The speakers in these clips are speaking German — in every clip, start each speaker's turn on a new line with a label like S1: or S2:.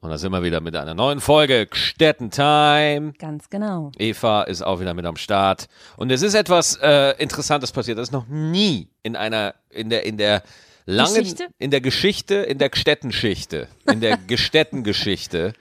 S1: Und da sind wir wieder mit einer neuen Folge Gstetten Time.
S2: Ganz genau.
S1: Eva ist auch wieder mit am Start. Und es ist etwas äh, Interessantes passiert. Das ist noch nie in einer, in der, in der langen,
S2: Geschichte?
S1: in der Geschichte, in der Gstettenschichte, in der Gestettengeschichte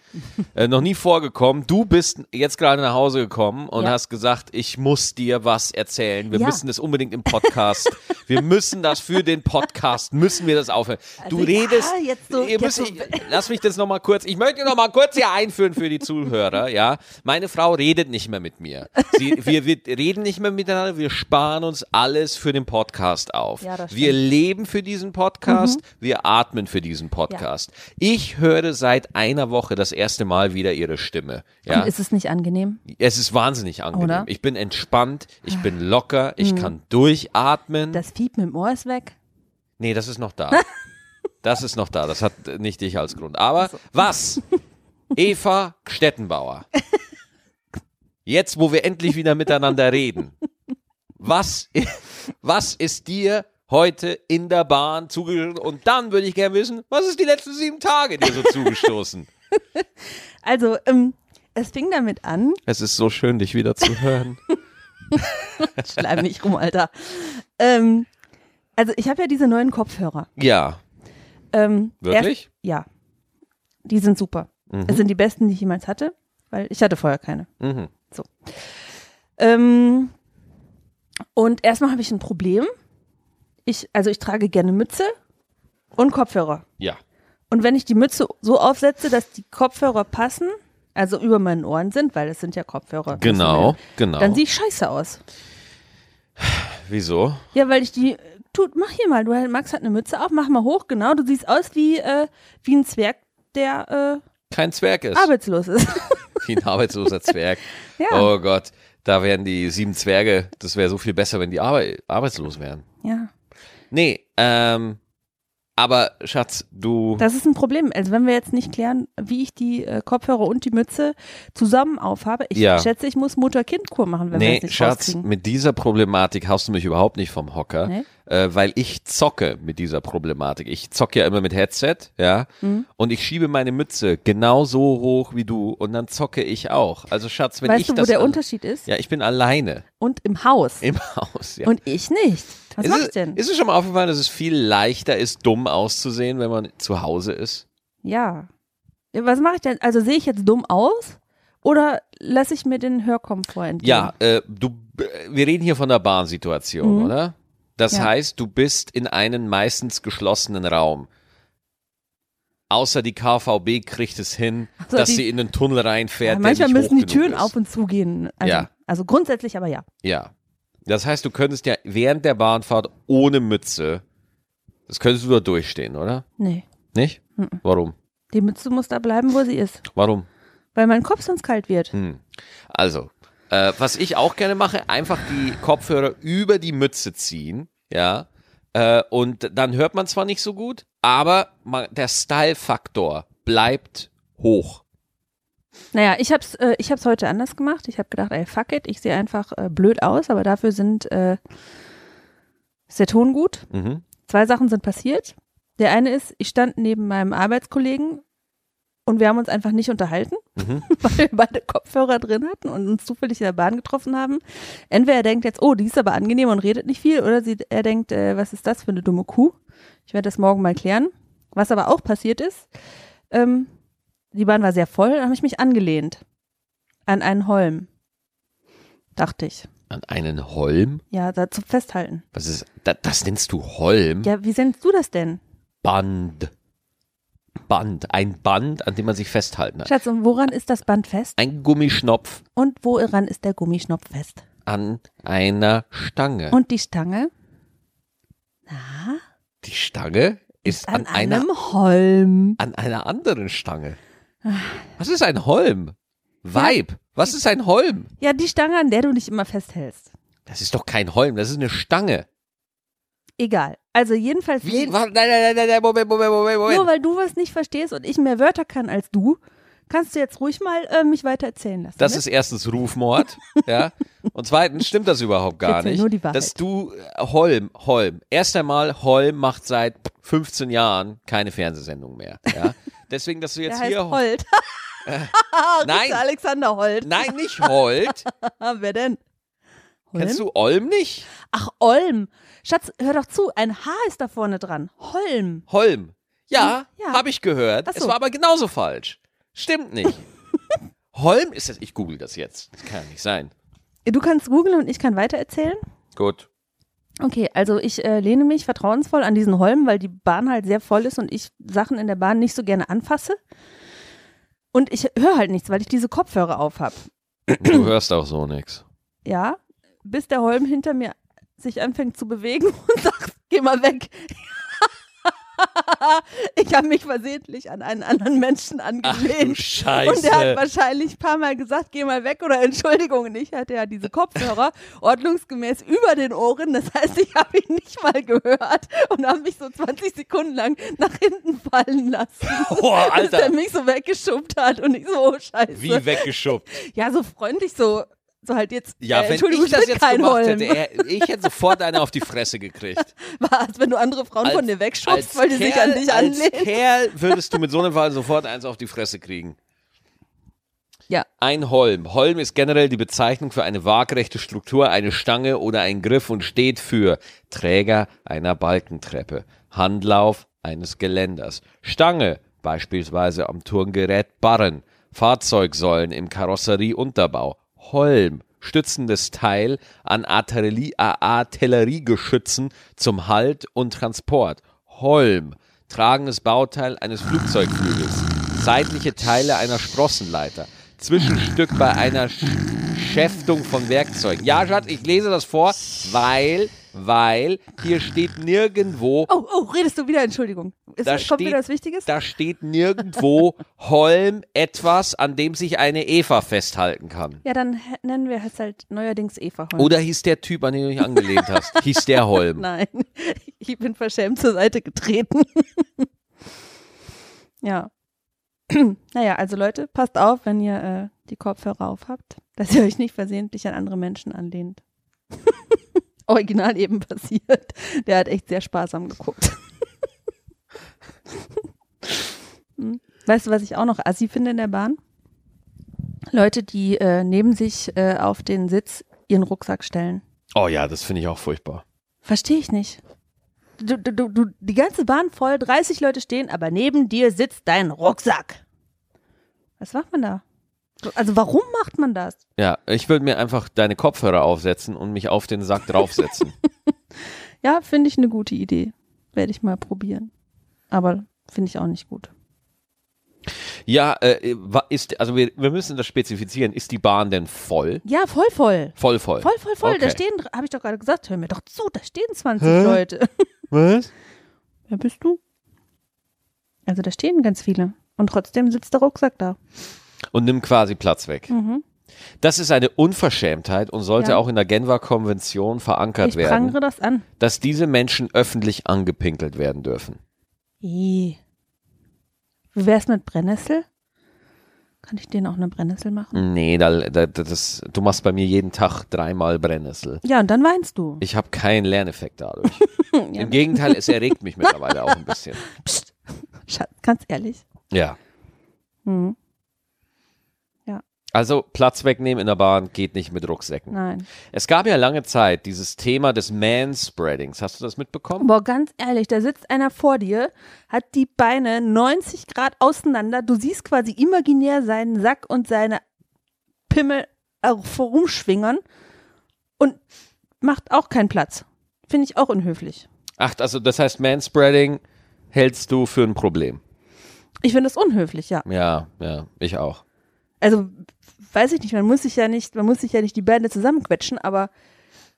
S1: äh, noch nie vorgekommen. Du bist jetzt gerade nach Hause gekommen und
S2: Ja.
S1: hast gesagt, ich muss dir was erzählen. Wir
S2: Ja.
S1: müssen das unbedingt im Podcast. wir müssen das für den Podcast, müssen wir das aufhören. Du
S2: Also,
S1: redest,
S2: ja, jetzt so-
S1: ihr
S2: jetzt
S1: müsst,
S2: so-
S1: lass mich das nochmal kurz, ich möchte nochmal kurz hier einführen für die Zuhörer, ja. Meine Frau redet nicht mehr mit mir. Sie, wir, wir reden nicht mehr miteinander, wir sparen uns alles für den Podcast auf.
S2: Ja, das Mhm.
S1: wir leben für diesen Podcast, wir atmen für diesen Podcast. Ich höre seit einer Woche das erste Mal wieder ihre Stimme, ja.
S2: Und ist es nicht angenehm?
S1: es ist wahnsinnig angenehm.
S2: Oder? Mhm.
S1: Ich bin entspannt, ich bin locker, ich kann durchatmen.
S2: Das Fiepen im Ohr ist weg.
S1: Nee, das ist noch da. Das ist noch da. Das hat äh, nicht dich als Grund. Aber was? Eva Stettenbauer. Jetzt, wo wir endlich wieder miteinander reden. Was, i- was ist dir heute in der Bahn zugestoßen? Und dann würde ich gerne wissen, was ist die letzten sieben Tage dir so zugestoßen?
S2: Also, ähm, es fing damit an,
S1: Es ist so schön, dich wieder zu hören.
S2: schleim mich rum, Alter. Ähm, also, ich habe ja diese neuen Kopfhörer.
S1: Ja.
S2: Ähm,
S1: Wirklich?
S2: Erst, ja. Die sind super. Es sind die besten, die ich jemals hatte, weil ich hatte vorher keine.
S1: Mhm.
S2: Ähm, und erstmal habe ich ein Problem. Ich, also ich trage gerne Mütze und Kopfhörer.
S1: Ja.
S2: Und wenn ich die Mütze so aufsetze, dass die Kopfhörer passen, also über meinen Ohren sind, weil es sind ja Kopfhörer.
S1: Genau, genau.
S2: Dann sehe ich scheiße aus.
S1: Wieso?
S2: Ja, weil ich die. Tut, mach hier mal. Du Max hat eine Mütze auf, mach mal hoch, genau. Du siehst aus wie, äh, wie ein Zwerg, der
S1: Kein Zwerg ist.
S2: äh, arbeitslos ist.
S1: Wie ein arbeitsloser Zwerg.
S2: Ja.
S1: Oh Gott, da wären die sieben Zwerge, das wäre so viel besser, wenn die Arbe arbeitslos wären.
S2: ja.
S1: Nee, ähm, aber Schatz, du.
S2: Das ist ein Problem. Also wenn wir jetzt nicht klären, wie ich die äh, Kopfhörer und die Mütze zusammen aufhabe, ich
S1: Ja.
S2: schätze, ich muss Mutter-Kind-Kur machen, wenn wir
S1: nee,
S2: das nicht
S1: Schatz,
S2: rauskriegen. Ne?
S1: mit dieser Problematik haust du mich überhaupt nicht vom Hocker, äh, weil ich zocke mit dieser Problematik. Ich zocke ja immer mit Headset, ja,
S2: Mhm.
S1: und ich schiebe meine Mütze genau so hoch wie du und dann zocke ich auch. Also Schatz, wenn ich
S2: Weißt du, wo
S1: das
S2: der
S1: alle-
S2: Unterschied ist?
S1: ja, ich bin alleine
S2: Und im Haus.
S1: im Haus. Ja.
S2: Und ich nicht. Was
S1: ist,
S2: mach
S1: es-
S2: ich denn?
S1: ist es schon mal aufgefallen, dass es viel leichter ist, dumm auszusehen, wenn man zu Hause ist?
S2: ja. ja. Was mache ich denn? Also sehe ich jetzt dumm aus oder lasse ich mir den Hörkomfort entgehen?
S1: Ja, äh, du, b- wir reden hier von der Bahnsituation, oder? Das
S2: Mhm. Ja.
S1: heißt, du bist in einen meistens geschlossenen Raum. Außer die KVB kriegt es hin,
S2: so,
S1: dass
S2: die-
S1: sie in den Tunnel reinfährt.
S2: Ja,
S1: der
S2: Ah, manchmal
S1: nicht
S2: müssen die
S1: hoch genug
S2: Türen
S1: ist.
S2: auf und zu gehen. Also,
S1: Ja.
S2: also grundsätzlich aber ja.
S1: Ja. Das heißt, du könntest ja während der Bahnfahrt ohne Mütze, das könntest du da durchstehen, oder?
S2: Nee.
S1: Nicht?
S2: Mhm.
S1: Warum?
S2: Die Mütze muss da bleiben, wo sie ist.
S1: Warum?
S2: Weil mein Kopf sonst kalt wird.
S1: Hm. Also, äh, was ich auch gerne mache, einfach die Kopfhörer über die Mütze ziehen, ja. Äh, und dann hört man zwar nicht so gut, aber man, der Style-Faktor bleibt hoch.
S2: Naja, ich hab's, äh, ich hab's heute anders gemacht. Ich habe gedacht, ey, fuck it, ich sehe einfach äh, blöd aus, aber dafür sind äh, ist der Ton gut.
S1: Mhm.
S2: Zwei Sachen sind passiert. Der eine ist, ich stand neben meinem Arbeitskollegen und wir haben uns einfach nicht unterhalten,
S1: Mhm.
S2: weil wir beide Kopfhörer drin hatten und uns zufällig in der Bahn getroffen haben. Entweder er denkt jetzt, oh, die ist aber angenehm und redet nicht viel, oder sie, er denkt, äh, was ist das für eine dumme Kuh? Ich werde das morgen mal klären. Was aber auch passiert ist, ähm, die Bahn war sehr voll, da habe ich mich angelehnt an einen Holm. Dachte ich.
S1: An einen Holm?
S2: Ja, da zum Festhalten.
S1: Was ist, da, das nennst du Holm?
S2: Ja, wie sendest du das denn?
S1: Band. Band. Ein Band, an dem man sich festhalten hat.
S2: Schatz, und woran ist das Band fest?
S1: Ein Gummischnopf
S2: Und woran ist der Gummischnopf fest?
S1: an einer Stange.
S2: Und die Stange? Na,
S1: die Stange ist an,
S2: an,
S1: einer
S2: einem Holm.
S1: an einer anderen Stange. Was ist ein Holm? Weib, was ist ein Holm?
S2: Ja, die Stange, an der du dich immer festhältst.
S1: Das ist doch kein Holm, das ist eine Stange.
S2: Egal. Also jedenfalls,
S1: Wie?
S2: jeden-
S1: Wa- Nein, nein, nein, nein, nein, Moment, Moment, Moment,
S2: nur
S1: Moment.
S2: weil du was nicht verstehst und ich mehr Wörter kann als du, kannst du jetzt ruhig mal äh, mich weiter erzählen lassen.
S1: Das
S2: ne?
S1: ist erstens Rufmord, ja. Und zweitens stimmt das überhaupt gar
S2: Erzähl
S1: nicht.
S2: nur die Wahrheit.
S1: Dass du äh, Holm, Holm. Erst einmal Holm macht seit 15 Jahren keine Fernsehsendung mehr. Ja? Deswegen, dass du
S2: Der
S1: jetzt
S2: heißt
S1: hier. Äh,
S2: Holt.
S1: Nein.
S2: Nein. Alexander Holt.
S1: Nein, nicht Holt.
S2: Wer denn? Holm?
S1: Kennst du Olm nicht?
S2: Ach, Olm. Schatz, hör doch zu, ein H ist da vorne dran. Holm.
S1: Holm. Ja,
S2: Ja.
S1: habe ich gehört.
S2: Ach
S1: Es
S2: so.
S1: war aber genauso falsch. Stimmt nicht. Holm ist das. Ich google das jetzt. Das kann ja nicht sein.
S2: Du kannst googeln und ich kann weitererzählen.
S1: Gut.
S2: Okay, also ich äh, lehne mich vertrauensvoll an diesen Holm, weil die Bahn halt sehr voll ist und ich Sachen in der Bahn nicht so gerne anfasse. Und ich höre halt nichts, weil ich diese Kopfhörer auf habe.
S1: Du hörst auch so nichts.
S2: Ja, bis der Holm hinter mir sich anfängt zu bewegen und sagt, geh mal weg. ich habe mich versehentlich an einen anderen Menschen
S1: Ach du
S2: angelehnt.
S1: Scheiße.
S2: Und er hat wahrscheinlich ein paar Mal gesagt, geh mal weg oder Entschuldigung. Und ich hatte ja diese Kopfhörer ordnungsgemäß über den Ohren. Das heißt, ich habe ihn nicht mal gehört und habe mich so 20 Sekunden lang nach hinten fallen lassen.
S1: Boah,
S2: Bis er
S1: Alter.
S2: mich so weggeschubbt hat und ich so, oh, scheiße.
S1: Wie weggeschubbt.
S2: Ja, so freundlich, so, so halt jetzt.
S1: Ja,
S2: äh,
S1: wenn
S2: Entschuldigung,
S1: ich das
S2: bin
S1: jetzt
S2: kein
S1: gemacht
S2: Holm.
S1: hätte, er, ich hätte sofort eine auf die Fresse gekriegt.
S2: Was, wenn du andere Frauen
S1: Als-
S2: von dir wegschubst,
S1: als
S2: weil die sich an
S1: Kerl-
S2: dich
S1: als
S2: anlehnen?
S1: Kerl würdest du mit so einem Fall sofort eins auf die Fresse kriegen.
S2: Ja.
S1: Ein Holm. Holm ist generell die Bezeichnung für eine waagrechte Struktur, eine Stange oder einen Griff und steht für Träger einer Balkentreppe, Handlauf eines Geländers, Stange, beispielsweise am Turngerät Barren, Fahrzeugsäulen im Karosserieunterbau, Holm, stützendes Teil an Artillerie- A- Artilleriegeschützen zum Halt und Transport, Holm, tragendes Bauteil eines Flugzeugflügels, seitliche Teile einer Sprossenleiter, Zwischenstück bei einer Sch Schäftung von Werkzeugen. Ja, Schatz, ich lese das vor, weil, weil hier steht nirgendwo,
S2: Oh, oh, redest du wieder, Entschuldigung. Ist,
S1: Da
S2: kommt
S1: steht-
S2: wieder was Wichtiges?
S1: da steht nirgendwo Holm etwas, an dem sich eine Eva festhalten kann.
S2: ja, dann h- nennen wir es halt neuerdings Eva Holm.
S1: Oder hieß der Typ, an den du dich angelehnt hast, hieß der Holm.
S2: Nein, ich bin verschämt zur Seite getreten. ja. naja, also Leute, passt auf, wenn ihr äh, die Kopfhörer auf habt, dass ihr euch nicht versehentlich an andere Menschen anlehnt. Original eben passiert. Der hat echt sehr sparsam geguckt. Hm. weißt du, was ich auch noch assi finde in der Bahn? Leute, die äh, neben sich äh, auf den Sitz ihren Rucksack stellen.
S1: Oh ja, das finde ich auch furchtbar.
S2: Verstehe ich nicht. Du, du, du, du, die ganze Bahn voll, 30 Leute stehen, aber neben dir sitzt dein Rucksack. Was macht man da? Also warum macht man das?
S1: Ja, ich würde mir einfach deine Kopfhörer aufsetzen und mich auf den Sack draufsetzen.
S2: Ja, finde ich eine gute Idee. Werde ich mal probieren. Aber finde ich auch nicht gut.
S1: Ja, äh, wa- ist, also wir, wir müssen das spezifizieren. Ist die Bahn denn voll?
S2: Ja, voll voll.
S1: Voll, voll.
S2: Voll, voll, voll. Da
S1: Okay.
S2: stehen, habe ich doch gerade gesagt, hör mir doch zu, da stehen 20
S1: Hä?
S2: Leute.
S1: Was?
S2: Wer bist du? Also da stehen ganz viele. Und trotzdem sitzt der Rucksack da.
S1: Und nimmt quasi Platz weg.
S2: Mhm.
S1: Das ist eine Unverschämtheit und sollte
S2: Ja.
S1: auch in der Genfer Konvention verankert
S2: Ich
S1: werden,
S2: prangere das an.
S1: dass diese Menschen öffentlich angepinkelt werden dürfen.
S2: Ih. Wie wär's mit Brennnessel? Kann ich denen auch eine Brennnessel machen?
S1: Nee, da, da, das, du machst bei mir jeden Tag dreimal Brennnessel.
S2: Ja, und dann weinst du.
S1: Ich habe keinen Lerneffekt dadurch.
S2: Ja.
S1: Im Gegenteil, es erregt mich mittlerweile auch ein bisschen.
S2: Psst. Schatz, ganz ehrlich.
S1: Ja.
S2: Hm,
S1: Also Platz wegnehmen in der Bahn geht nicht mit Rucksäcken.
S2: nein.
S1: Es gab ja lange Zeit dieses Thema des Manspreadings. Hast du das mitbekommen?
S2: Boah, ganz ehrlich, da sitzt einer vor dir, hat die Beine 90 Grad auseinander. Du siehst quasi imaginär seinen Sack und seine Pimmel auch rumschwingern und macht auch keinen Platz. Finde ich auch unhöflich.
S1: Ach, also das heißt, Manspreading hältst du für ein Problem.
S2: Ich finde das unhöflich, ja.
S1: Ja, ja, ich auch.
S2: also weiß ich nicht, man muss sich ja nicht, man muss sich ja nicht die Bände zusammenquetschen, aber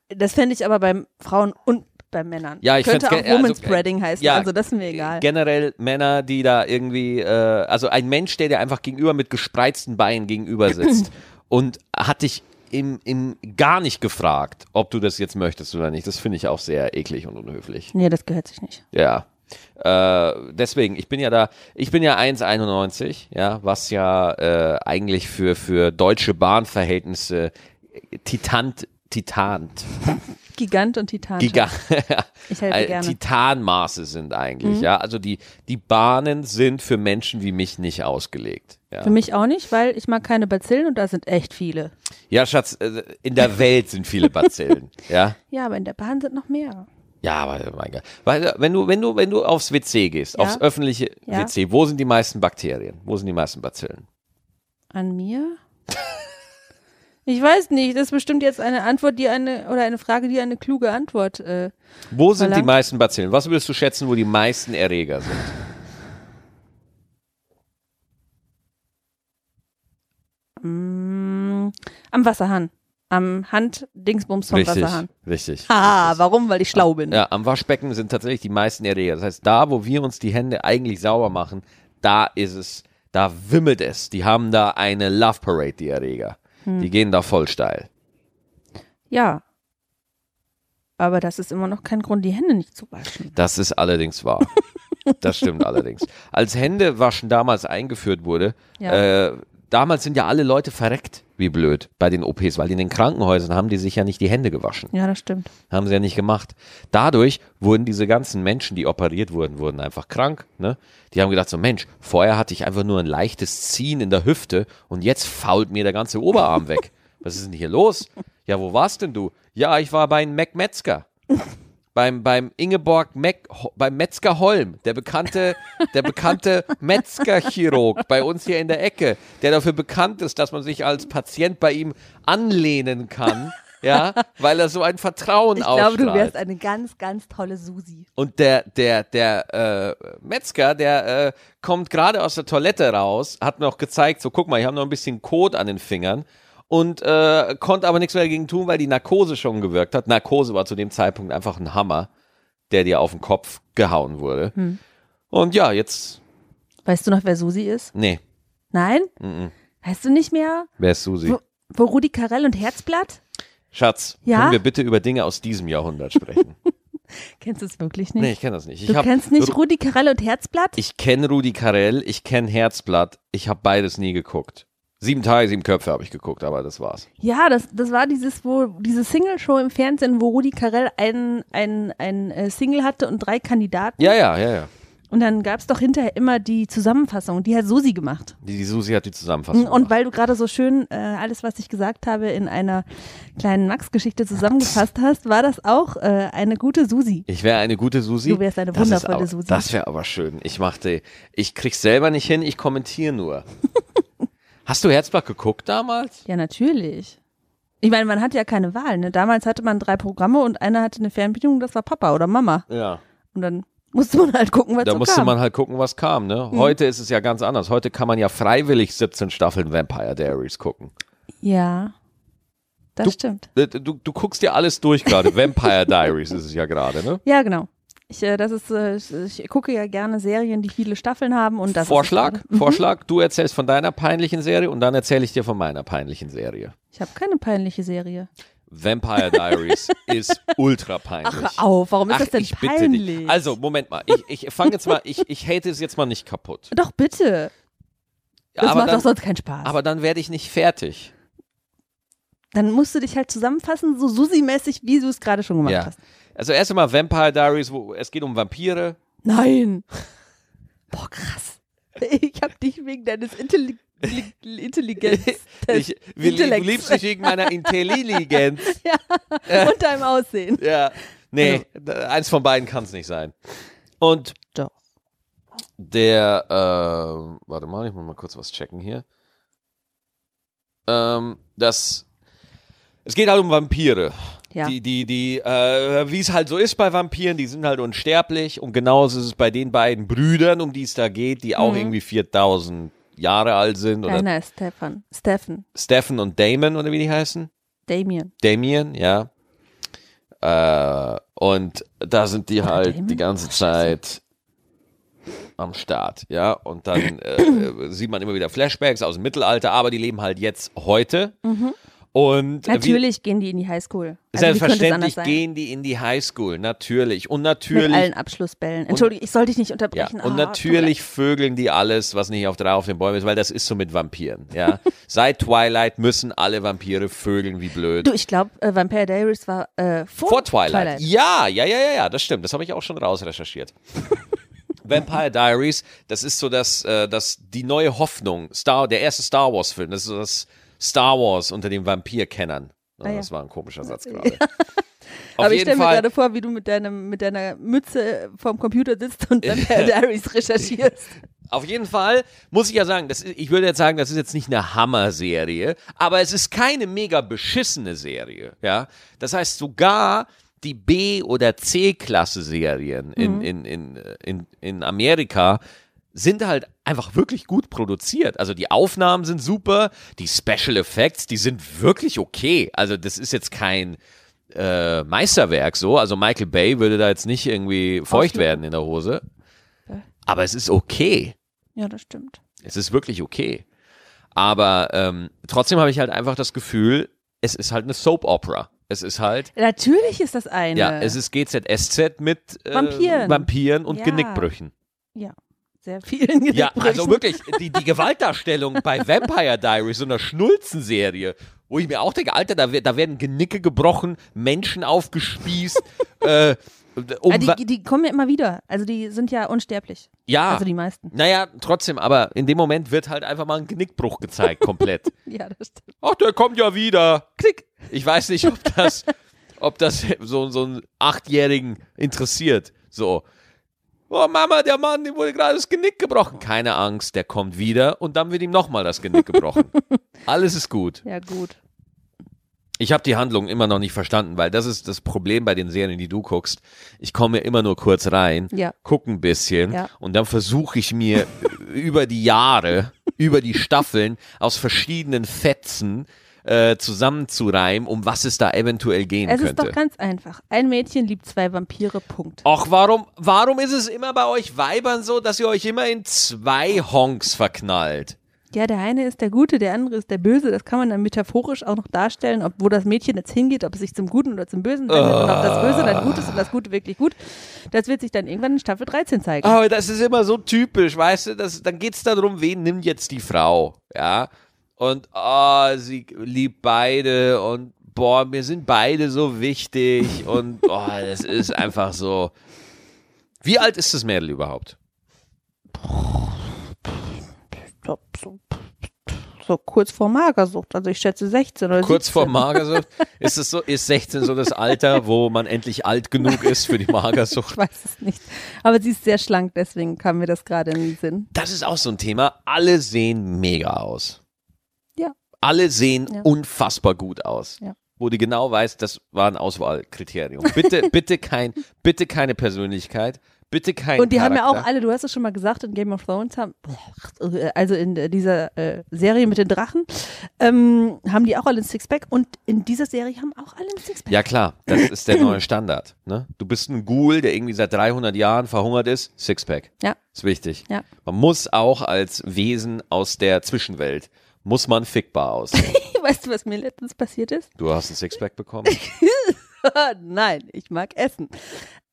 S2: das fände ich aber bei Frauen und bei Männern.
S1: Ja, ich
S2: Könnte auch
S1: fänd's ge-
S2: Woman
S1: also, äh,
S2: Spreading heißen,
S1: ja,
S2: also das ist mir egal.
S1: Generell Männer, die da irgendwie, äh, also ein Mensch, der dir einfach gegenüber mit gespreizten Beinen gegenüber sitzt und hat dich im, im gar nicht gefragt, ob du das jetzt möchtest oder nicht. Das finde ich auch sehr eklig und unhöflich.
S2: Nee, das gehört sich nicht.
S1: Ja. Äh, deswegen, ich bin ja da, ich bin ja 1,91, ja, was ja äh, eigentlich für, für deutsche Bahnverhältnisse äh, titant, titant,
S2: Gigant und Titan.
S1: Giga Äh,
S2: Ich helfe gerne. Mhm.
S1: Titanmaße sind eigentlich, ja. Also die, die Bahnen sind für Menschen wie mich nicht ausgelegt. Ja,
S2: Für mich auch nicht, weil ich mag keine Bazillen und da sind echt viele.
S1: ja Schatz, äh, in der Welt sind viele Bazillen, ja.
S2: Ja, aber in der Bahn sind noch mehr.
S1: Ja, aber oh mein Gott. Weil, äh, wenn du, wenn du, wenn du aufs WC gehst,
S2: Ja.
S1: aufs öffentliche
S2: Ja.
S1: WC, wo sind die meisten Bakterien? Wo sind die meisten Bazillen?
S2: An mir? Ich weiß nicht, das ist bestimmt jetzt eine Antwort, die eine, oder eine Frage, die eine kluge Antwort, äh,
S1: Wo sind die
S2: Verlangt.
S1: meisten Bazillen? Was würdest du schätzen, wo die meisten Erreger sind?
S2: am Wasserhahn. Am Handdingsbums vom
S1: richtig,
S2: Wasserhahn.
S1: richtig.
S2: Ah, warum? Weil ich schlau bin.
S1: Ja, am Waschbecken sind tatsächlich die meisten Erreger. Das heißt, da, wo wir uns die Hände eigentlich sauber machen, da ist es, da wimmelt es. Die haben da eine Love Parade, die Erreger.
S2: Hm.
S1: Die gehen da voll steil.
S2: Ja. Aber das ist immer noch kein Grund, die Hände nicht zu waschen.
S1: Das ist allerdings wahr. Das stimmt allerdings. Als Händewaschen damals eingeführt wurde,
S2: Ja.
S1: äh, damals sind ja alle Leute verreckt, wie blöd, bei den OPs, weil in den Krankenhäusern haben die sich ja nicht die Hände gewaschen.
S2: Ja, das stimmt.
S1: Haben sie ja nicht gemacht. Dadurch wurden diese ganzen Menschen, die operiert wurden, wurden einfach krank. Ne? Die haben gedacht, so Mensch, vorher hatte ich einfach nur ein leichtes Ziehen in der Hüfte und jetzt fault mir der ganze Oberarm weg. Was ist denn hier los? Ja, wo warst denn du? Ja, ich war bei Mac Metzger. Beim, beim Ingeborg Mac, Ho- beim Metzger Holm, der bekannte, der bekannte Metzgerchirurg bei uns hier in der Ecke, der dafür bekannt ist, dass man sich als Patient bei ihm anlehnen kann, ja, weil er so ein Vertrauen
S2: Ich
S1: ausstrahlt.
S2: glaube, du wärst eine ganz, ganz tolle Susi.
S1: Und der, der, der äh, Metzger, der äh, kommt gerade aus der Toilette raus, hat mir auch gezeigt, so guck mal, ich habe noch ein bisschen Kot an den Fingern und äh, konnte aber nichts mehr dagegen tun, weil die Narkose schon gewirkt hat. Narkose war zu dem Zeitpunkt einfach ein Hammer, der dir auf den Kopf gehauen wurde.
S2: Hm.
S1: Und ja, jetzt,
S2: Weißt du noch, wer Susi ist?
S1: nee,
S2: Nein? Weißt du nicht mehr,
S1: wer ist Susi?
S2: wo, wo Rudi Carell und Herzblatt?
S1: Schatz,
S2: Ja?
S1: können wir bitte über Dinge aus diesem Jahrhundert sprechen?
S2: Kennst du es wirklich
S1: nee,
S2: nicht?
S1: ich kenne das nicht. Ich
S2: du
S1: hab-
S2: kennst nicht Rudi Carell und Herzblatt?
S1: Ich kenne Rudi Carell, ich kenne Herzblatt, ich habe beides nie geguckt. Sieben Tage, sieben Köpfe habe ich geguckt, aber das war's.
S2: Ja, das, das war dieses, wo, diese Single-Show im Fernsehen, wo Rudi Carell einen ein, ein äh, Single hatte und drei Kandidaten.
S1: Ja, ja, ja, ja.
S2: Und dann gab es doch hinterher immer die Zusammenfassung, die hat Susi gemacht.
S1: Die, die Susi hat die Zusammenfassung.
S2: Und
S1: gemacht.
S2: weil du gerade so schön äh, alles, was ich gesagt habe, in einer kleinen Max-Geschichte zusammengefasst hast, war das auch äh, eine gute Susi.
S1: ich wäre eine gute Susi.
S2: Du wärst eine
S1: Das ist
S2: wundervolle
S1: aber,
S2: Susi.
S1: Das wäre aber schön. Ich machte, ich krieg's selber nicht hin, ich kommentiere nur. Hast du Herzblatt geguckt damals?
S2: Ja, natürlich. Ich meine, man hatte ja keine Wahl. Ne? Damals hatte man drei Programme und einer hatte eine Fernbedienung, das war Papa oder Mama.
S1: Ja.
S2: Und dann musste man halt gucken, was
S1: Da
S2: so
S1: musste
S2: kam. Mhm.
S1: man halt gucken, was kam, ne? Heute ist es ja ganz anders. Heute kann man ja freiwillig 17 Staffeln Vampire Diaries gucken.
S2: ja, das
S1: Du-
S2: stimmt.
S1: Du, du, du guckst dir alles durch gerade. Vampire Diaries ist es ja gerade, ne?
S2: Ja, genau. Ich, äh, das ist, äh, ich ich gucke ja gerne Serien, die viele Staffeln haben und das ist- Mhm.
S1: Vorschlag, Vorschlag, du erzählst von deiner peinlichen Serie und dann erzähle ich dir von meiner peinlichen Serie.
S2: ich habe keine peinliche Serie.
S1: Vampire Diaries ist ultra peinlich.
S2: Hör auf, warum ist
S1: Ach,
S2: das denn
S1: ich bitte
S2: peinlich?
S1: dich. Also, Moment mal, ich, ich fange jetzt mal, ich, ich hate es jetzt mal nicht kaputt.
S2: Doch bitte. Das
S1: aber,
S2: macht doch
S1: dann,
S2: sonst keinen Spaß.
S1: aber dann werde ich nicht fertig.
S2: dann musst du dich halt zusammenfassen, so Susi-mäßig, wie du es gerade schon gemacht
S1: Ja.
S2: hast.
S1: Also erst einmal Vampire Diaries, wo es geht um Vampire.
S2: Nein. Boah, krass. Ich hab dich wegen deines Intelli Li- Intelligenz
S1: Ich, wir, du
S2: Intellekts.
S1: liebst mich wegen meiner Intelligenz.
S2: und deinem Aussehen.
S1: Ja.
S2: Also-
S1: Nee, da- eins von beiden kann es nicht sein. Und
S2: Doch.
S1: der, ähm, warte mal, ich muss mal kurz was checken hier. Ähm, das, es geht halt um Vampire.
S2: Ja.
S1: Die, die, die, äh, wie es halt so ist bei Vampiren, die sind halt unsterblich und genauso ist es bei den beiden Brüdern, um die es da geht, die
S2: Mhm.
S1: auch irgendwie 4000 Jahre alt sind oder
S2: Einer ist Stefan. Stefan.
S1: Stephen und Damon oder wie die heißen.
S2: Damien.
S1: Damien, ja. Äh, und da sind die halt
S2: Damien?
S1: die ganze Zeit am Start, ja. Und dann äh, äh, sieht man immer wieder Flashbacks aus dem Mittelalter, aber die leben halt jetzt heute. Und äh, wie,
S2: Mhm. Natürlich also gehen die in die Highschool. Also wie könnte es anders
S1: selbstverständlich
S2: sein?
S1: gehen die in die Highschool, natürlich. Und
S2: Mit
S1: natürlich
S2: allen Abschlussbällen. Entschuldigung, ich sollte dich nicht
S1: Ja,
S2: unterbrechen.
S1: und
S2: Ah,
S1: natürlich vögeln die alles, was nicht auf drei auf den Bäumen ist, weil das ist so mit Vampiren. Ja? Seit Twilight müssen alle Vampire vögeln wie blöd.
S2: Du, ich glaube, äh, Vampire Diaries war äh, vor,
S1: Vor Twilight. Ja, ja, ja, ja, ja, das stimmt. Das habe ich auch schon rausrecherchiert. Vampire Diaries, das ist so das, äh, das, die neue Hoffnung. Star, der erste Star Wars-Film, das ist so das Star Wars unter den Vampirkennern. Oh,
S2: Ah, ja.
S1: Das war ein komischer Satz gerade. Auf
S2: Aber ich
S1: jeden
S2: stelle mir
S1: Fall,
S2: gerade vor, wie du mit, deinem, mit deiner Mütze vorm Computer sitzt und Vampire Diaries recherchierst.
S1: auf jeden Fall muss ich ja sagen, das ist, ich würde jetzt sagen, das ist jetzt nicht eine Hammer-Serie, aber es ist keine mega beschissene Serie. Ja? Das heißt, sogar die B- oder C-Klasse-Serien in, in, in, in, in Amerika sind halt einfach wirklich gut produziert. Also die Aufnahmen sind super, die Special Effects, die sind wirklich okay. Also das ist jetzt kein äh, Meisterwerk so. Also Michael Bay würde da jetzt nicht irgendwie feucht
S2: Ausflug.
S1: werden in der Hose. Aber es ist okay.
S2: Ja, das stimmt.
S1: Es ist wirklich okay. Aber ähm, trotzdem habe ich halt einfach das Gefühl, es ist halt eine Soap Opera. Es ist halt,
S2: Natürlich ist das eine.
S1: ja, es ist GZSZ mit äh,
S2: Vampiren.
S1: Vampiren und
S2: Ja.
S1: Genickbrüchen.
S2: Sehr vielen
S1: Ja, also
S2: Genickbrüchen.
S1: wirklich, die, die Gewaltdarstellung bei Vampire Diaries, so einer Schnulzenserie, wo ich mir auch denke, Alter, da, we- da werden Genicke gebrochen, Menschen aufgespießt, äh, um,
S2: Ah,
S1: wa- Ah.
S2: die, die kommen ja immer wieder. Also die sind ja unsterblich.
S1: ja,
S2: Also die meisten.
S1: naja, trotzdem, aber in dem Moment wird halt einfach mal ein Genickbruch gezeigt, komplett.
S2: Ja, das stimmt.
S1: Ach, der kommt ja wieder. Klick. Ich weiß nicht, ob das, ob das so, so einen Achtjährigen interessiert. So. Oh Mama, der Mann, dem wurde gerade das Genick gebrochen. Keine Angst, der kommt wieder und dann wird ihm nochmal das Genick gebrochen. Alles ist gut.
S2: Ja, gut.
S1: Ich habe die Handlung immer noch nicht verstanden, weil das ist das Problem bei den Serien, die du guckst. Ich komme immer nur kurz rein,
S2: Ja.
S1: gucke ein bisschen
S2: Ja.
S1: und dann versuche ich mir über die Jahre, über die Staffeln aus verschiedenen Fetzen äh, zusammenzureimen, um was es da eventuell gehen
S2: Es ist
S1: könnte.
S2: doch ganz einfach. Ein Mädchen liebt zwei Vampire, Punkt.
S1: Ach, warum, warum ist es immer bei euch Weibern so, dass ihr euch immer in zwei Honks verknallt?
S2: Ja, der eine ist der Gute, der andere ist der Böse. Das kann man dann metaphorisch auch noch darstellen, ob, wo das Mädchen jetzt hingeht, ob es sich zum Guten oder zum Bösen wendet und ob
S1: Ah.
S2: das Böse dann gut ist und das Gute wirklich gut. Das wird sich dann irgendwann in Staffel 13 zeigen.
S1: Aber das ist immer so typisch, weißt du, das, dann geht's darum, wen nimmt jetzt die Frau, ja? Und oh, sie liebt beide und boah, mir sind beide so wichtig und oh, das ist einfach so. Wie alt ist das Mädel überhaupt?
S2: So, Ah, so, so kurz vor Magersucht, also ich schätze 16 oder
S1: Kurz vor
S2: 17.
S1: Magersucht? Ist es so, ist 16 so das Alter, wo man endlich alt genug ist für die Magersucht?
S2: Ich weiß es nicht. Aber sie ist sehr schlank, deswegen kam mir das gerade in den Sinn.
S1: Das ist auch so ein Thema. Alle sehen mega aus.
S2: Ja.
S1: Alle sehen
S2: Ja.
S1: unfassbar gut aus.
S2: Ja.
S1: Wo du genau weißt, das war ein Auswahlkriterium. Bitte, bitte kein, bitte keine Persönlichkeit, bitte kein
S2: Und die haben ja
S1: Charakter.
S2: auch alle, du hast es schon mal gesagt, in Game of Thrones haben, also in äh, dieser äh, Serie mit den Drachen, ähm, haben die auch alle ein Sixpack und in dieser Serie haben auch alle ein Sixpack.
S1: Ja klar, das ist der neue Standard. Ne? Du bist ein Ghoul, der irgendwie seit 300 Jahren verhungert ist. Sixpack.
S2: Ja.
S1: Ist wichtig.
S2: Ja.
S1: Man muss auch als Wesen aus der Zwischenwelt, muss man fickbar aussehen.
S2: Weißt du, was mir letztens passiert ist?
S1: Du hast ein Sixpack bekommen.
S2: nein, ich mag Essen.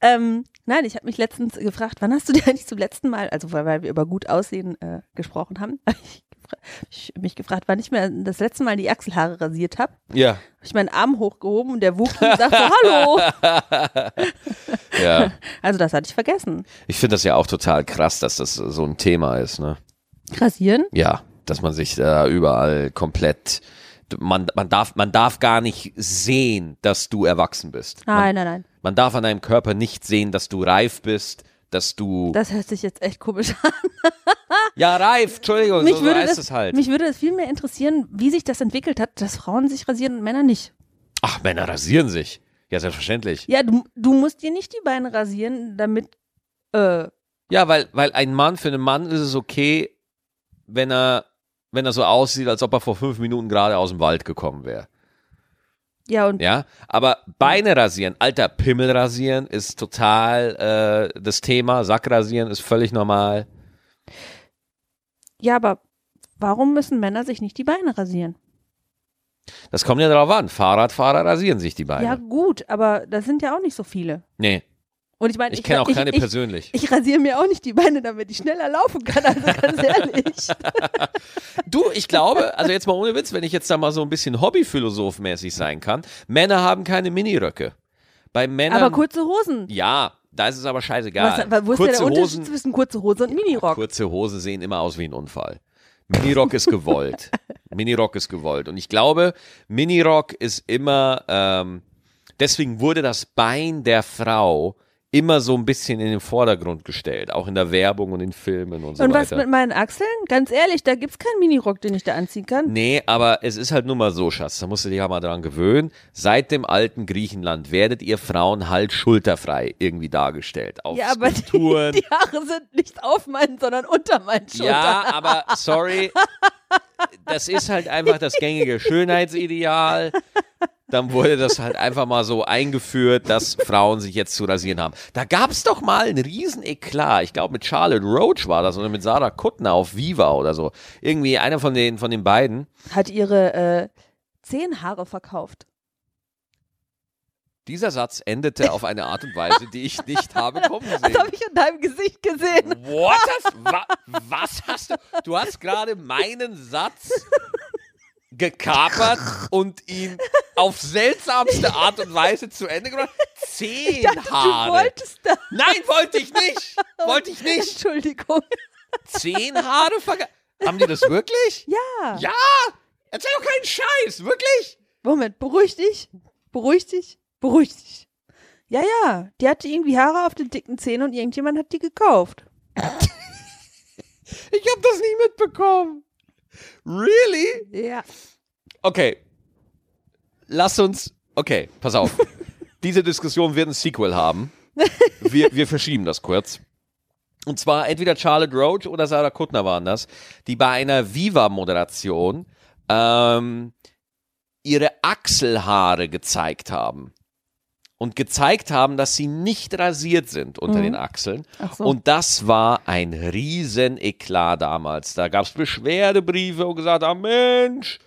S2: Ähm, nein, ich habe mich letztens gefragt, wann hast du dir eigentlich zum letzten Mal, also weil, weil wir über gut aussehen äh, gesprochen haben, hab ich, gefra- ich mich gefragt, wann ich mir das letzte Mal die Achselhaare rasiert habe.
S1: Ja.
S2: Habe ich meinen Arm hochgehoben und der Wookie sagt so, hallo.
S1: Ja.
S2: Also das hatte ich vergessen.
S1: Ich finde das ja auch total krass, dass das so ein Thema ist, ne?
S2: Rasieren?
S1: Ja, dass man sich da überall komplett man, man, darf, man darf gar nicht sehen, dass du erwachsen bist. Man,
S2: Nein, nein, nein.
S1: man darf an deinem Körper nicht sehen, dass du reif bist, dass du
S2: Das hört sich jetzt echt komisch an.
S1: Ja, reif, Entschuldigung,
S2: Mich,
S1: so, so
S2: würde
S1: heißt
S2: das,
S1: es halt.
S2: mich würde das viel mehr interessieren, wie sich das entwickelt hat, dass Frauen sich rasieren und Männer nicht.
S1: Ach, Männer rasieren sich. Ja, selbstverständlich.
S2: Ja, du, du musst dir nicht die Beine rasieren, damit äh,
S1: Ja, weil, weil ein Mann für einen Mann ist es okay, wenn er, wenn er so aussieht, als ob er vor fünf Minuten gerade aus dem Wald gekommen wäre.
S2: ja und
S1: Ja, aber Beine rasieren, alter Pimmel rasieren ist total äh, das Thema. Sack rasieren ist völlig normal.
S2: ja, aber warum müssen Männer sich nicht die Beine rasieren?
S1: Das kommt ja drauf an. Fahrradfahrer rasieren sich die Beine.
S2: Ja, gut, aber das sind ja auch nicht so viele.
S1: Nee,
S2: Und ich meine,
S1: ich kenne auch keine
S2: ich, ich,
S1: persönlich.
S2: ich rasiere mir auch nicht die Beine, damit ich schneller laufen kann, also ganz ehrlich.
S1: Du, ich glaube, also jetzt mal ohne Witz, wenn ich jetzt da mal so ein bisschen Hobbyphilosoph-mäßig sein kann, Männer haben keine Miniröcke. Bei Männern.
S2: Aber kurze Hosen.
S1: ja, da ist es aber scheißegal.
S2: Was, wo ist
S1: kurze
S2: denn der Unterschied
S1: Hosen,
S2: zwischen kurze Hose und Minirock?
S1: kurze Hosen sehen immer aus wie ein Unfall. Minirock ist gewollt. Minirock ist gewollt. Und ich glaube, Minirock ist immer, ähm, deswegen wurde das Bein der Frau immer so ein bisschen in den Vordergrund gestellt, auch in der Werbung und in Filmen und so
S2: und
S1: weiter.
S2: was mit meinen Achseln? Ganz ehrlich, da gibt's keinen Minirock, den ich da anziehen kann.
S1: Nee, aber es ist halt nur mal so, Schatz, da musst du dich ja mal dran gewöhnen. Seit dem alten Griechenland werdet ihr Frauen halt schulterfrei irgendwie dargestellt. Auf
S2: Ja, aber
S1: Skulpturen.
S2: Die Haare sind nicht auf meinen, sondern unter meinen Schultern.
S1: ja, aber sorry, das ist halt einfach das gängige Schönheitsideal. Dann wurde das halt einfach mal so eingeführt, dass Frauen sich jetzt zu rasieren haben. Da gab es doch mal einen riesen Eklat. Ich glaube, mit Charlotte Roach war das oder mit Sarah Kuttner auf Viva oder so. Irgendwie einer von den, von den beiden.
S2: Hat ihre äh, Zehenhaare verkauft.
S1: Dieser Satz endete auf eine Art und Weise, die ich nicht habe kommen
S2: Das
S1: sehen.
S2: habe ich an deinem Gesicht gesehen.
S1: What has, wa, was hast du? Du hast gerade meinen Satz gekapert und ihn auf seltsamste Art und Weise zu Ende gebracht. Zehn
S2: Dachte, du
S1: Haare.
S2: wolltest das.
S1: Nein, wollte ich nicht. Wollte ich nicht.
S2: Entschuldigung.
S1: Zehn Haare verga. Haben die das wirklich?
S2: Ja.
S1: Ja. Erzähl doch keinen Scheiß. Wirklich?
S2: Moment, beruhig dich. Beruhig dich. Beruhig dich. Ja, ja. Die hatte irgendwie Haare auf den dicken Zähnen und irgendjemand hat die gekauft.
S1: Ich habe das nicht mitbekommen. Really?
S2: Ja.
S1: Okay. Lass uns. Okay, pass auf. Diese Diskussion wird ein Sequel haben. Wir, wir verschieben das kurz. Und zwar entweder Charlotte Roach oder Sarah Kuttner waren das, die bei einer Viva-Moderation ähm, ihre Achselhaare gezeigt haben. Und gezeigt haben, dass sie nicht rasiert sind unter den Achseln.
S2: Ach so.
S1: Und das war ein riesen Eklat damals. Da gab es Beschwerdebriefe und gesagt, ah Mensch,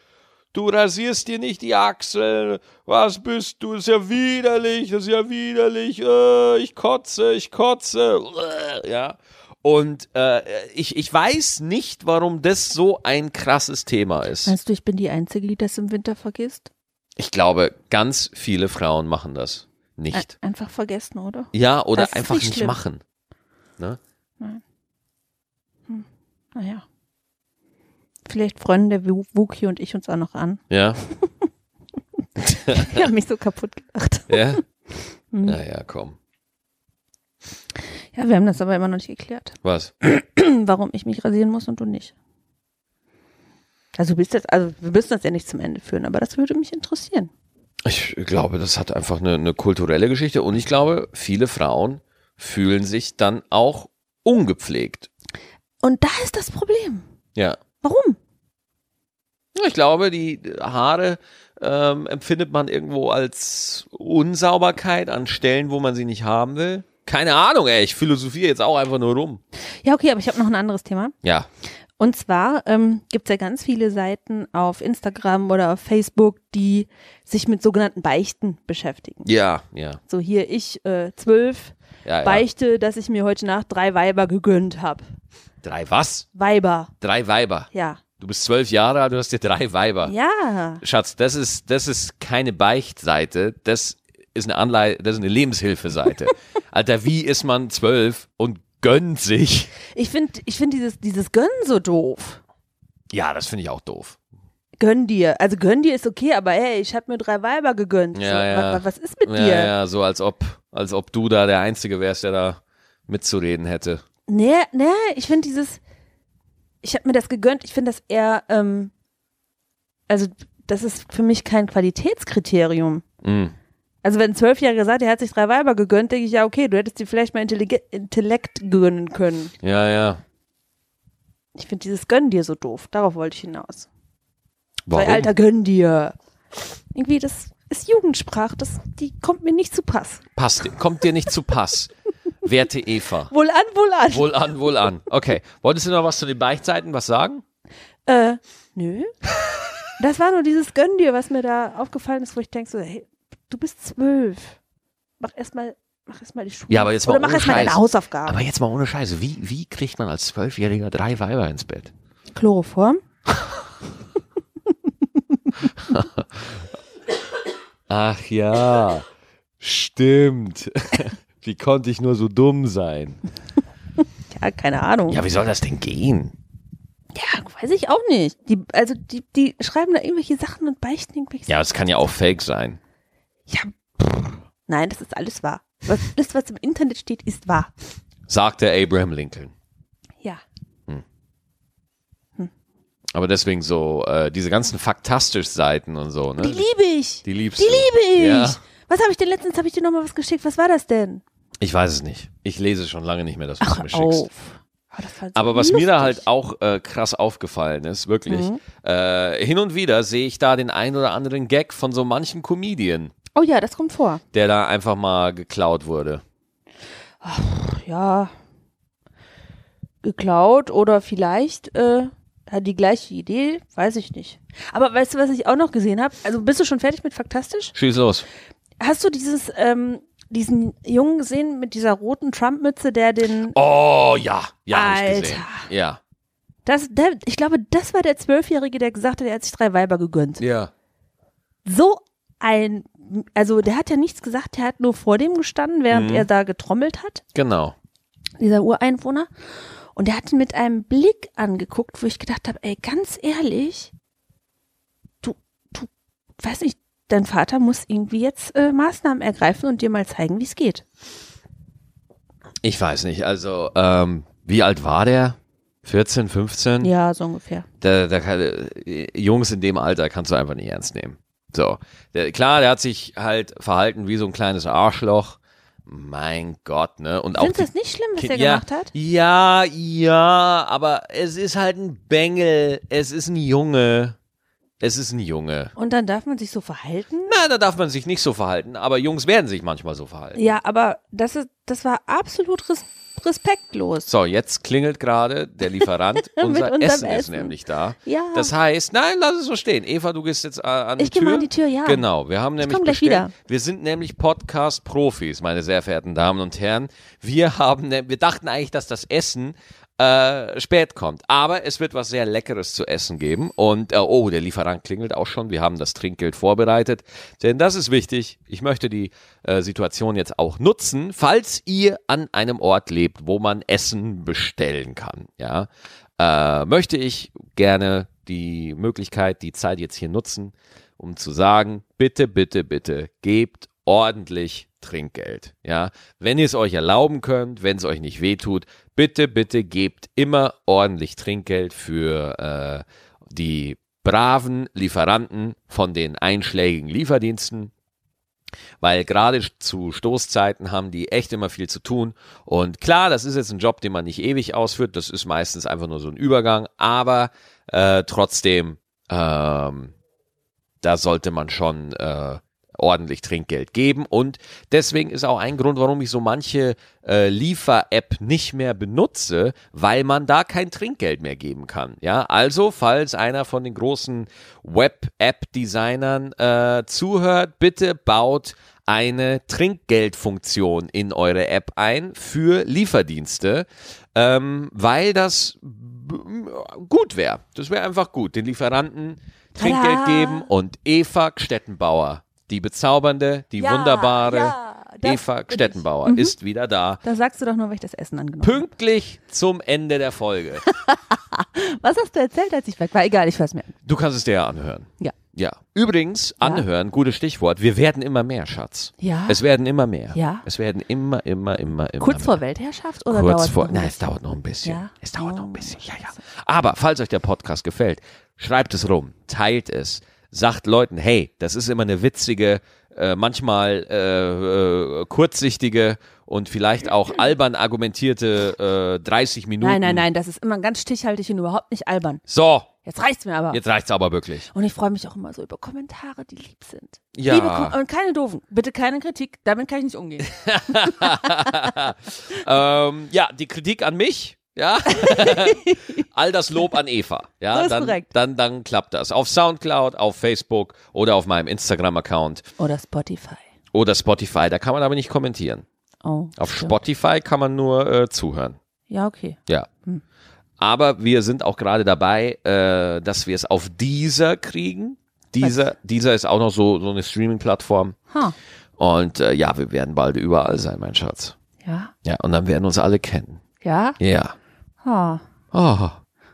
S1: du rasierst dir nicht die Achseln. Was bist du? Ist ja widerlich, das ist ja widerlich. Äh, ich kotze, ich kotze. Äh, ja. Und äh, ich, ich weiß nicht, warum das so ein krasses Thema ist.
S2: Meinst du, ich bin die Einzige, die das im Winter vergisst?
S1: Ich glaube, ganz viele Frauen machen das
S2: Ein-
S1: nicht.
S2: einfach vergessen, oder?
S1: Ja, oder
S2: Das ist
S1: einfach
S2: nicht
S1: nicht
S2: schlimm.
S1: machen. Ne?
S2: Naja. Vielleicht freunden der Wu- Wookie und ich uns auch noch an.
S1: Ja,
S2: Die haben mich so kaputt gemacht.
S1: ja.
S2: Hm.
S1: Naja, komm.
S2: Ja, wir haben das aber immer noch nicht geklärt.
S1: Was?
S2: Warum ich mich rasieren muss und du nicht. Also, du bist jetzt, also wir müssen das ja nicht zum Ende führen, aber das würde mich interessieren.
S1: Ich glaube, das hat einfach eine, eine kulturelle Geschichte und ich glaube, viele Frauen fühlen sich dann auch ungepflegt.
S2: Und da ist das Problem.
S1: Ja.
S2: Warum?
S1: Ich glaube, die Haare ähm, empfindet man irgendwo als Unsauberkeit an Stellen, wo man sie nicht haben will. Keine Ahnung, ey, ich philosophiere jetzt auch einfach nur rum.
S2: Ja, okay, aber ich habe noch ein anderes Thema.
S1: Ja.
S2: Und zwar ähm, gibt es ja ganz viele Seiten auf Instagram oder auf Facebook, die sich mit sogenannten Beichten beschäftigen.
S1: Ja, ja.
S2: So hier ich äh, zwölf
S1: ja, ja.
S2: beichte, dass ich mir heute Nacht drei Weiber gegönnt habe.
S1: Drei was?
S2: Weiber,
S1: Drei Weiber.
S2: ja.
S1: Du bist zwölf Jahre alt, du hast dir drei Weiber.
S2: Ja.
S1: Schatz, das ist, das ist keine Beichtseite, das ist eine Anlei das ist eine Lebenshilfeseite. Alter, wie ist man zwölf und gönnt sich?
S2: Ich finde ich find dieses, dieses Gönnen so doof.
S1: Ja, das finde ich auch doof.
S2: Gönn dir. Also gönn dir ist okay, aber hey, ich habe mir drei Weiber gegönnt.
S1: Ja,
S2: so, wa-
S1: ja.
S2: wa- Was ist mit
S1: Ja,
S2: dir?
S1: ja, so als ob, als ob du da der Einzige wärst, der da mitzureden hätte.
S2: Nee, nee, ich finde dieses, ich habe mir das gegönnt, ich finde das eher, ähm, also das ist für mich kein Qualitätskriterium.
S1: Mm.
S2: Also wenn ein Zwölfjähriger sagt, er hat sich drei Weiber gegönnt, denke ich, ja okay, du hättest dir vielleicht mal Intellige Intellekt gönnen können.
S1: Ja, ja.
S2: Ich finde dieses Gönn dir so doof, darauf wollte ich hinaus.
S1: Warum?
S2: Weil Alter, gönn dir. Irgendwie, das ist Jugendsprache, das, die kommt mir nicht zu Pass.
S1: Passt, kommt dir nicht zu Pass. Werte Eva.
S2: Wohl an, wohl an.
S1: Wohl an, wohl an. Okay. Wolltest du noch was zu den Beichtseiten was sagen?
S2: Äh, nö. Das war nur dieses Gönn dir, was mir da aufgefallen ist, wo ich denke so, hey, du bist zwölf. Mach erstmal mach erst mal die Schule.
S1: Ja, aber jetzt mal
S2: Oder mach
S1: ohne
S2: erstmal deine
S1: Scheiß.
S2: Hausaufgaben.
S1: Aber jetzt mal ohne Scheiße, wie, wie kriegt man als Zwölfjähriger drei Weiber ins Bett?
S2: Chloroform?
S1: Ach ja, stimmt. Wie konnte ich nur so dumm sein?
S2: Ja, keine Ahnung.
S1: Ja, wie soll das denn gehen?
S2: Ja, weiß ich auch nicht. Die, also die, die schreiben da irgendwelche Sachen und beichten irgendwelche
S1: Ja, es kann ja auch fake sein.
S2: Sachen. Ja. pff, Nein, das ist alles wahr. Was, das, was im Internet steht, ist wahr.
S1: Sagte Abraham Lincoln.
S2: Ja.
S1: Aber deswegen so, äh, diese ganzen faktastisch Seiten und so, ne?
S2: Die liebe ich.
S1: Die liebst
S2: Die
S1: du.
S2: liebe ich.
S1: Ja.
S2: Was habe ich denn letztens? Habe ich dir nochmal was geschickt? Was war das denn?
S1: Ich weiß es nicht. Ich lese schon lange nicht mehr, dass du es mir schickst.
S2: Oh, das war so
S1: Aber was mir
S2: lustig. Mhm.
S1: da halt auch äh, krass aufgefallen ist, wirklich, äh, hin und wieder sehe ich da den einen oder anderen Gag von so manchen Comedian,
S2: Oh ja, das kommt vor.
S1: der da einfach mal geklaut wurde.
S2: Ja. Geklaut oder vielleicht äh, hat die gleiche Idee, weiß ich nicht. Aber weißt du, was ich auch noch gesehen habe? Also bist du schon fertig mit Faktastisch?
S1: Schieß los.
S2: Hast du dieses, ähm, diesen Jungen gesehen mit dieser roten Trump-Mütze, der den.
S1: Oh ja, ja, hab ich
S2: Alter.
S1: gesehen. Ja.
S2: Das, der, ich glaube, das war der Zwölfjährige, der gesagt hat, er hat sich drei Weiber gegönnt.
S1: Ja.
S2: So ein. Also, der hat ja nichts gesagt, der hat nur vor dem gestanden, während
S1: Mhm.
S2: er da getrommelt hat,
S1: Genau.
S2: dieser Ureinwohner. Und der hat ihn mit einem Blick angeguckt, wo ich gedacht habe, ey, ganz ehrlich, du, du, weiß nicht, dein Vater muss irgendwie jetzt äh, Maßnahmen ergreifen und dir mal zeigen, wie es geht.
S1: Ich weiß nicht, also, ähm, wie alt war der? 14, 15?
S2: Ja, so ungefähr.
S1: da, da kann, äh, Jungs in dem Alter kannst du einfach nicht ernst nehmen. So, der, klar, der hat sich halt verhalten wie so ein kleines Arschloch. Mein Gott, ne? Und auch
S2: Findest du
S1: die
S2: das nicht schlimm, was
S1: Ki-
S2: der
S1: ja,
S2: gemacht hat?
S1: Ja, ja, aber es ist halt ein Bengel, es ist ein Junge, es ist ein Junge.
S2: Und dann darf man sich so verhalten?
S1: Na, da darf man sich nicht so verhalten, aber Jungs werden sich manchmal so verhalten.
S2: Ja, aber das, ist, das war absolut res respektlos.
S1: So, jetzt klingelt gerade der Lieferant.
S2: Mit
S1: Unser
S2: unserem
S1: Essen, ist
S2: Essen.
S1: nämlich da.
S2: Ja.
S1: Das heißt, nein, lass es so stehen. Eva, du gehst jetzt äh, an die
S2: Ich
S1: Tür.
S2: geh mal an die Tür, ja.
S1: Genau, wir haben nämlich
S2: komm gleich
S1: bestellt-
S2: wieder.
S1: wir sind nämlich Podcast Profis, meine sehr verehrten Damen und Herren. Wir haben ne- wir dachten eigentlich, dass das Essen äh, spät kommt, aber es wird was sehr leckeres zu essen geben und äh, oh, der Lieferant klingelt auch schon. Wir haben das Trinkgeld vorbereitet, denn das ist wichtig. Ich möchte die äh, Situation jetzt auch nutzen, falls ihr an einem Ort lebt, wo man Essen bestellen kann, ja äh, möchte ich gerne die Möglichkeit, die Zeit jetzt hier nutzen, um zu sagen, bitte, bitte, bitte, gebt ordentlich Trinkgeld. Ja, wenn ihr es euch erlauben könnt, wenn es euch nicht wehtut, bitte, bitte gebt immer ordentlich Trinkgeld für äh, die braven Lieferanten von den einschlägigen Lieferdiensten weil gerade zu Stoßzeiten haben die echt immer viel zu tun. Und klar, das ist jetzt ein Job, den man nicht ewig ausführt. Das ist meistens einfach nur so ein Übergang, aber äh, trotzdem, ähm, da sollte man schon äh, ordentlich Trinkgeld geben. Und deswegen ist auch ein Grund, warum ich so manche äh, Liefer-App nicht mehr benutze, weil man da kein Trinkgeld mehr geben kann. Ja, also falls einer von den großen Web-App-Designern äh, zuhört, bitte baut eine Trinkgeldfunktion in eure App ein für Lieferdienste, ähm, weil das b- gut wäre. Das wäre einfach gut. Den Lieferanten Trinkgeld
S2: Tada!
S1: geben und Eva Stettenbauer, die bezaubernde, die
S2: Ja,
S1: wunderbare
S2: ja, das
S1: Eva
S2: bin ich. Mhm.
S1: Stettenbauer ist wieder da.
S2: Da sagst du doch nur, weil ich das Essen angenommen habe.
S1: Pünktlich zum Ende der Folge.
S2: Was hast du erzählt, als ich weg war? Egal, ich weiß mir.
S1: Du kannst es dir ja anhören.
S2: Ja.
S1: Ja. Übrigens, anhören, gutes Stichwort. Wir werden immer mehr, Schatz.
S2: Ja.
S1: Es werden immer mehr.
S2: Ja.
S1: Es werden immer, immer, immer, immer
S2: Kurz
S1: mehr.
S2: vor Weltherrschaft oder
S1: Kurz
S2: dauert's
S1: vor.
S2: noch ein
S1: Nein, es
S2: bisschen?
S1: dauert noch ein bisschen.
S2: Ja?
S1: Es dauert noch
S2: Oh,
S1: ein bisschen. Ja, ja. Aber falls euch der Podcast gefällt, schreibt es rum, teilt es, sagt Leuten, hey, das ist immer eine witzige, äh, manchmal äh, äh, kurzsichtige und vielleicht auch albern argumentierte äh, 30 Minuten.
S2: Nein, nein, nein, das ist immer ganz stichhaltig und überhaupt nicht albern.
S1: So,
S2: Jetzt reicht's mir aber.
S1: jetzt reicht's aber wirklich.
S2: Und ich freue mich auch immer so über Kommentare, die lieb sind.
S1: Ja.
S2: Liebe Kom und keine doofen. Bitte keine Kritik. Damit kann ich nicht umgehen.
S1: Ähm, ja, die Kritik an mich Ja. All das Lob an Eva. Ja,
S2: So ist
S1: dann,
S2: korrekt.
S1: dann, dann klappt das. Auf Soundcloud, auf Facebook oder auf meinem Instagram-Account
S2: Oder Spotify.
S1: oder Spotify. Da kann man aber nicht kommentieren.
S2: Oh,
S1: Auf
S2: stimmt.
S1: Spotify kann man nur äh, zuhören.
S2: Ja, okay.
S1: Ja. Aber wir sind auch gerade dabei, äh, dass wir es auf dieser kriegen. Dieser, dieser ist auch noch so, so eine Streaming-Plattform.
S2: Ha.
S1: Und äh, ja, wir werden bald überall sein, mein Schatz.
S2: Ja.
S1: Ja, und dann werden uns alle kennen.
S2: Ja.
S1: Ja.
S2: Ha.
S1: Oh.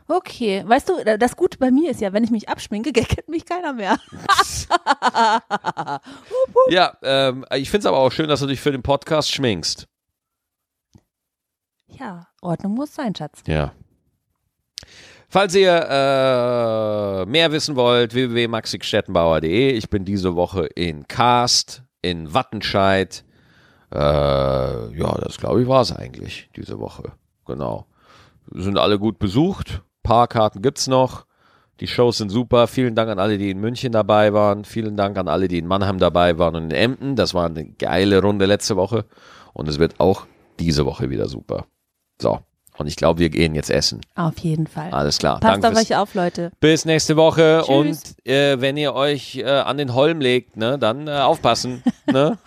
S2: Okay. Weißt du, das Gute bei mir ist ja, wenn ich mich abschminke, kennt mich keiner mehr.
S1: Ja, ähm, ich finde es aber auch schön, dass du dich für den Podcast schminkst.
S2: Ja, Ordnung muss sein, Schatz.
S1: Ja. Falls ihr äh, mehr wissen wollt, www.maxikstettenbauer.de. Ich bin diese Woche in Karst, in Wattenscheid. Äh, ja, das glaube ich war es eigentlich diese Woche. Genau. Sind alle gut besucht. Paar Karten gibt's noch. Die Shows sind super. Vielen Dank an alle, die in München dabei waren. Vielen Dank an alle, die in Mannheim dabei waren und in Emden. Das war eine geile Runde letzte Woche. Und es wird auch diese Woche wieder super. So. Und ich glaube, wir gehen jetzt essen.
S2: Auf jeden Fall.
S1: Alles klar.
S2: Passt auf
S1: Ah, Danke fürs,
S2: euch auf, Leute.
S1: bis nächste Woche.
S2: Tschüss.
S1: Und äh, wenn ihr euch äh, an den Holm legt, ne, dann äh, aufpassen. Ne?